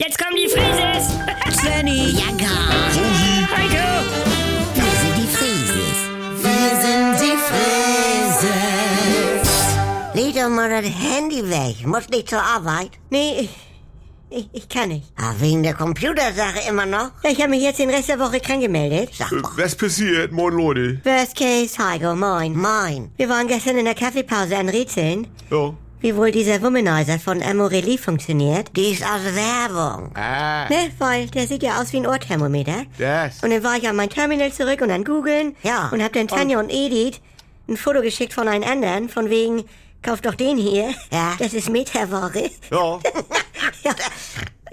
Jetzt kommen die Frieses! Svenny, Ja, gar. Heiko! Wir sind die Frieses. Wir sind die Frieses. Leg doch mal das Handy weg. Muss nicht zur Arbeit. nee, ich, ich, ich kann nicht. Ah, wegen der Computersache immer noch? Ja, Ich habe mich jetzt den Rest der Woche krank gemeldet. Sag Äh, mal, Was passiert? Moin Leute. Worst Case, Heiko, moin. moin. Wir waren gestern in der Kaffeepause an Rätseln, Ja. wie wohl dieser Womanizer von Amorelli funktioniert. Die ist aus Werbung. Ah, Ne, weil der sieht ja aus wie ein Ohrthermometer. das. Und dann war ich an mein Terminal zurück und an Googeln. Ja. Und hab dann Tanja und Edith ein Foto geschickt von einem anderen, von wegen, kauf doch den hier. Ja. Das ist Metaware. Ja. ja.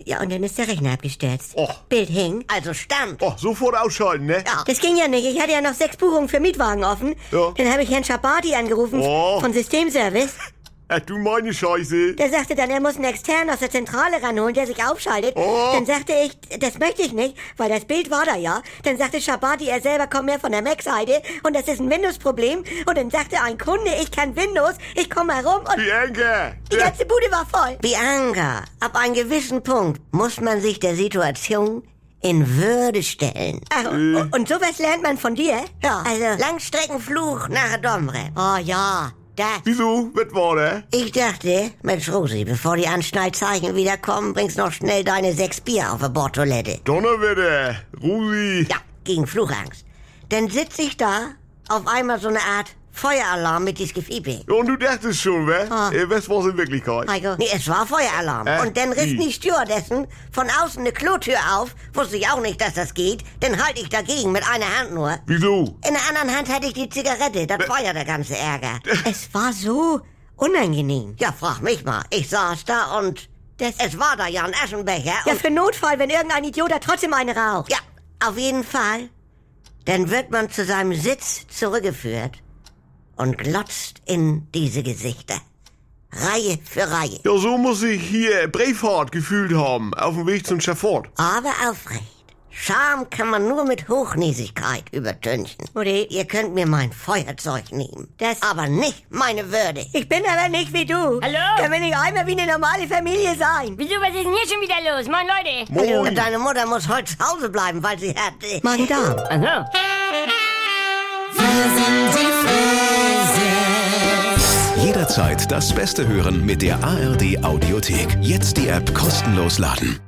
ja, und dann ist der Rechner abgestürzt. Oh. Bild hing. Also Stand. Oh, sofort ausschalten, ne? Ja. Das ging ja nicht. Ich hatte ja noch sechs Buchungen für Mietwagen offen. Ja. Dann habe ich Herrn Schabati angerufen Oh. von Systemservice. Ach, du meine Scheiße. Der sagte dann, er muss einen externen aus der Zentrale ranholen, der sich aufschaltet. Oh. Dann sagte ich, das möchte ich nicht, weil das Bild war da ja. Dann sagte Schabati, er selber kommt mehr von der Mac-Seite und das ist ein Windows-Problem. Und dann sagte ein Kunde, ich kann Windows, ich komme herum und Bianca. die ganze Bude war voll. Bianca, ab einem gewissen Punkt muss man sich der Situation in Würde stellen. Äh. Ach, und, und sowas lernt man von dir? Ja, Also, Langstreckenfluch nach Domrep. oh ja, das. Wieso? Was war da? Ich dachte, Mensch Rosi, bevor die Anschnallzeichen wieder kommen, bringst noch schnell deine sechs Bier auf der Bordtoilette. Donnerwetter. Rosi. Ja, gegen Fluchangst. Dann sitz ich da, auf einmal so eine Art Feueralarm mit dieses Gefiepe. Ja, und du dachtest schon, was? Ah. Äh, was war's in Wirklichkeit? Heiko. Nee, es war Feueralarm. Äh, Und dann riss wie? die Stewardessen von außen eine Klotür auf. Wusste ich auch nicht, dass das geht. Dann halt ich dagegen mit einer Hand nur. Wieso? In der anderen Hand hatte ich die Zigarette. Das war ja der ganze Ärger. Es war so unangenehm. Ja, frag mich mal. Ich saß da und... Das- es war da ja ein Aschenbecher. Ja, und für Notfall, wenn irgendein Idiot da trotzdem eine raucht. Ja, auf jeden Fall. Dann wird man zu seinem Sitz zurückgeführt und glotzt in diese Gesichter. Reihe für Reihe. Ja, so muss ich hier Braveheart gefühlt haben. Auf dem Weg zum Schafort. Aber aufrecht. Scham kann man nur mit Hochnäsigkeit übertünchen. Mutti. Ihr könnt mir mein Feuerzeug nehmen. Das- aber nicht meine Würde. Ich bin aber nicht wie du. Hallo? Da will ich einmal wie eine normale Familie sein. Wieso, was ist denn hier schon wieder los? Moin, Leute! Und Moin. Deine Mutter muss heute zu Hause bleiben, weil sie hat... äh, Magen-Darm. Achso. Jederzeit das Beste hören mit der ARD Audiothek. Jetzt die App kostenlos laden.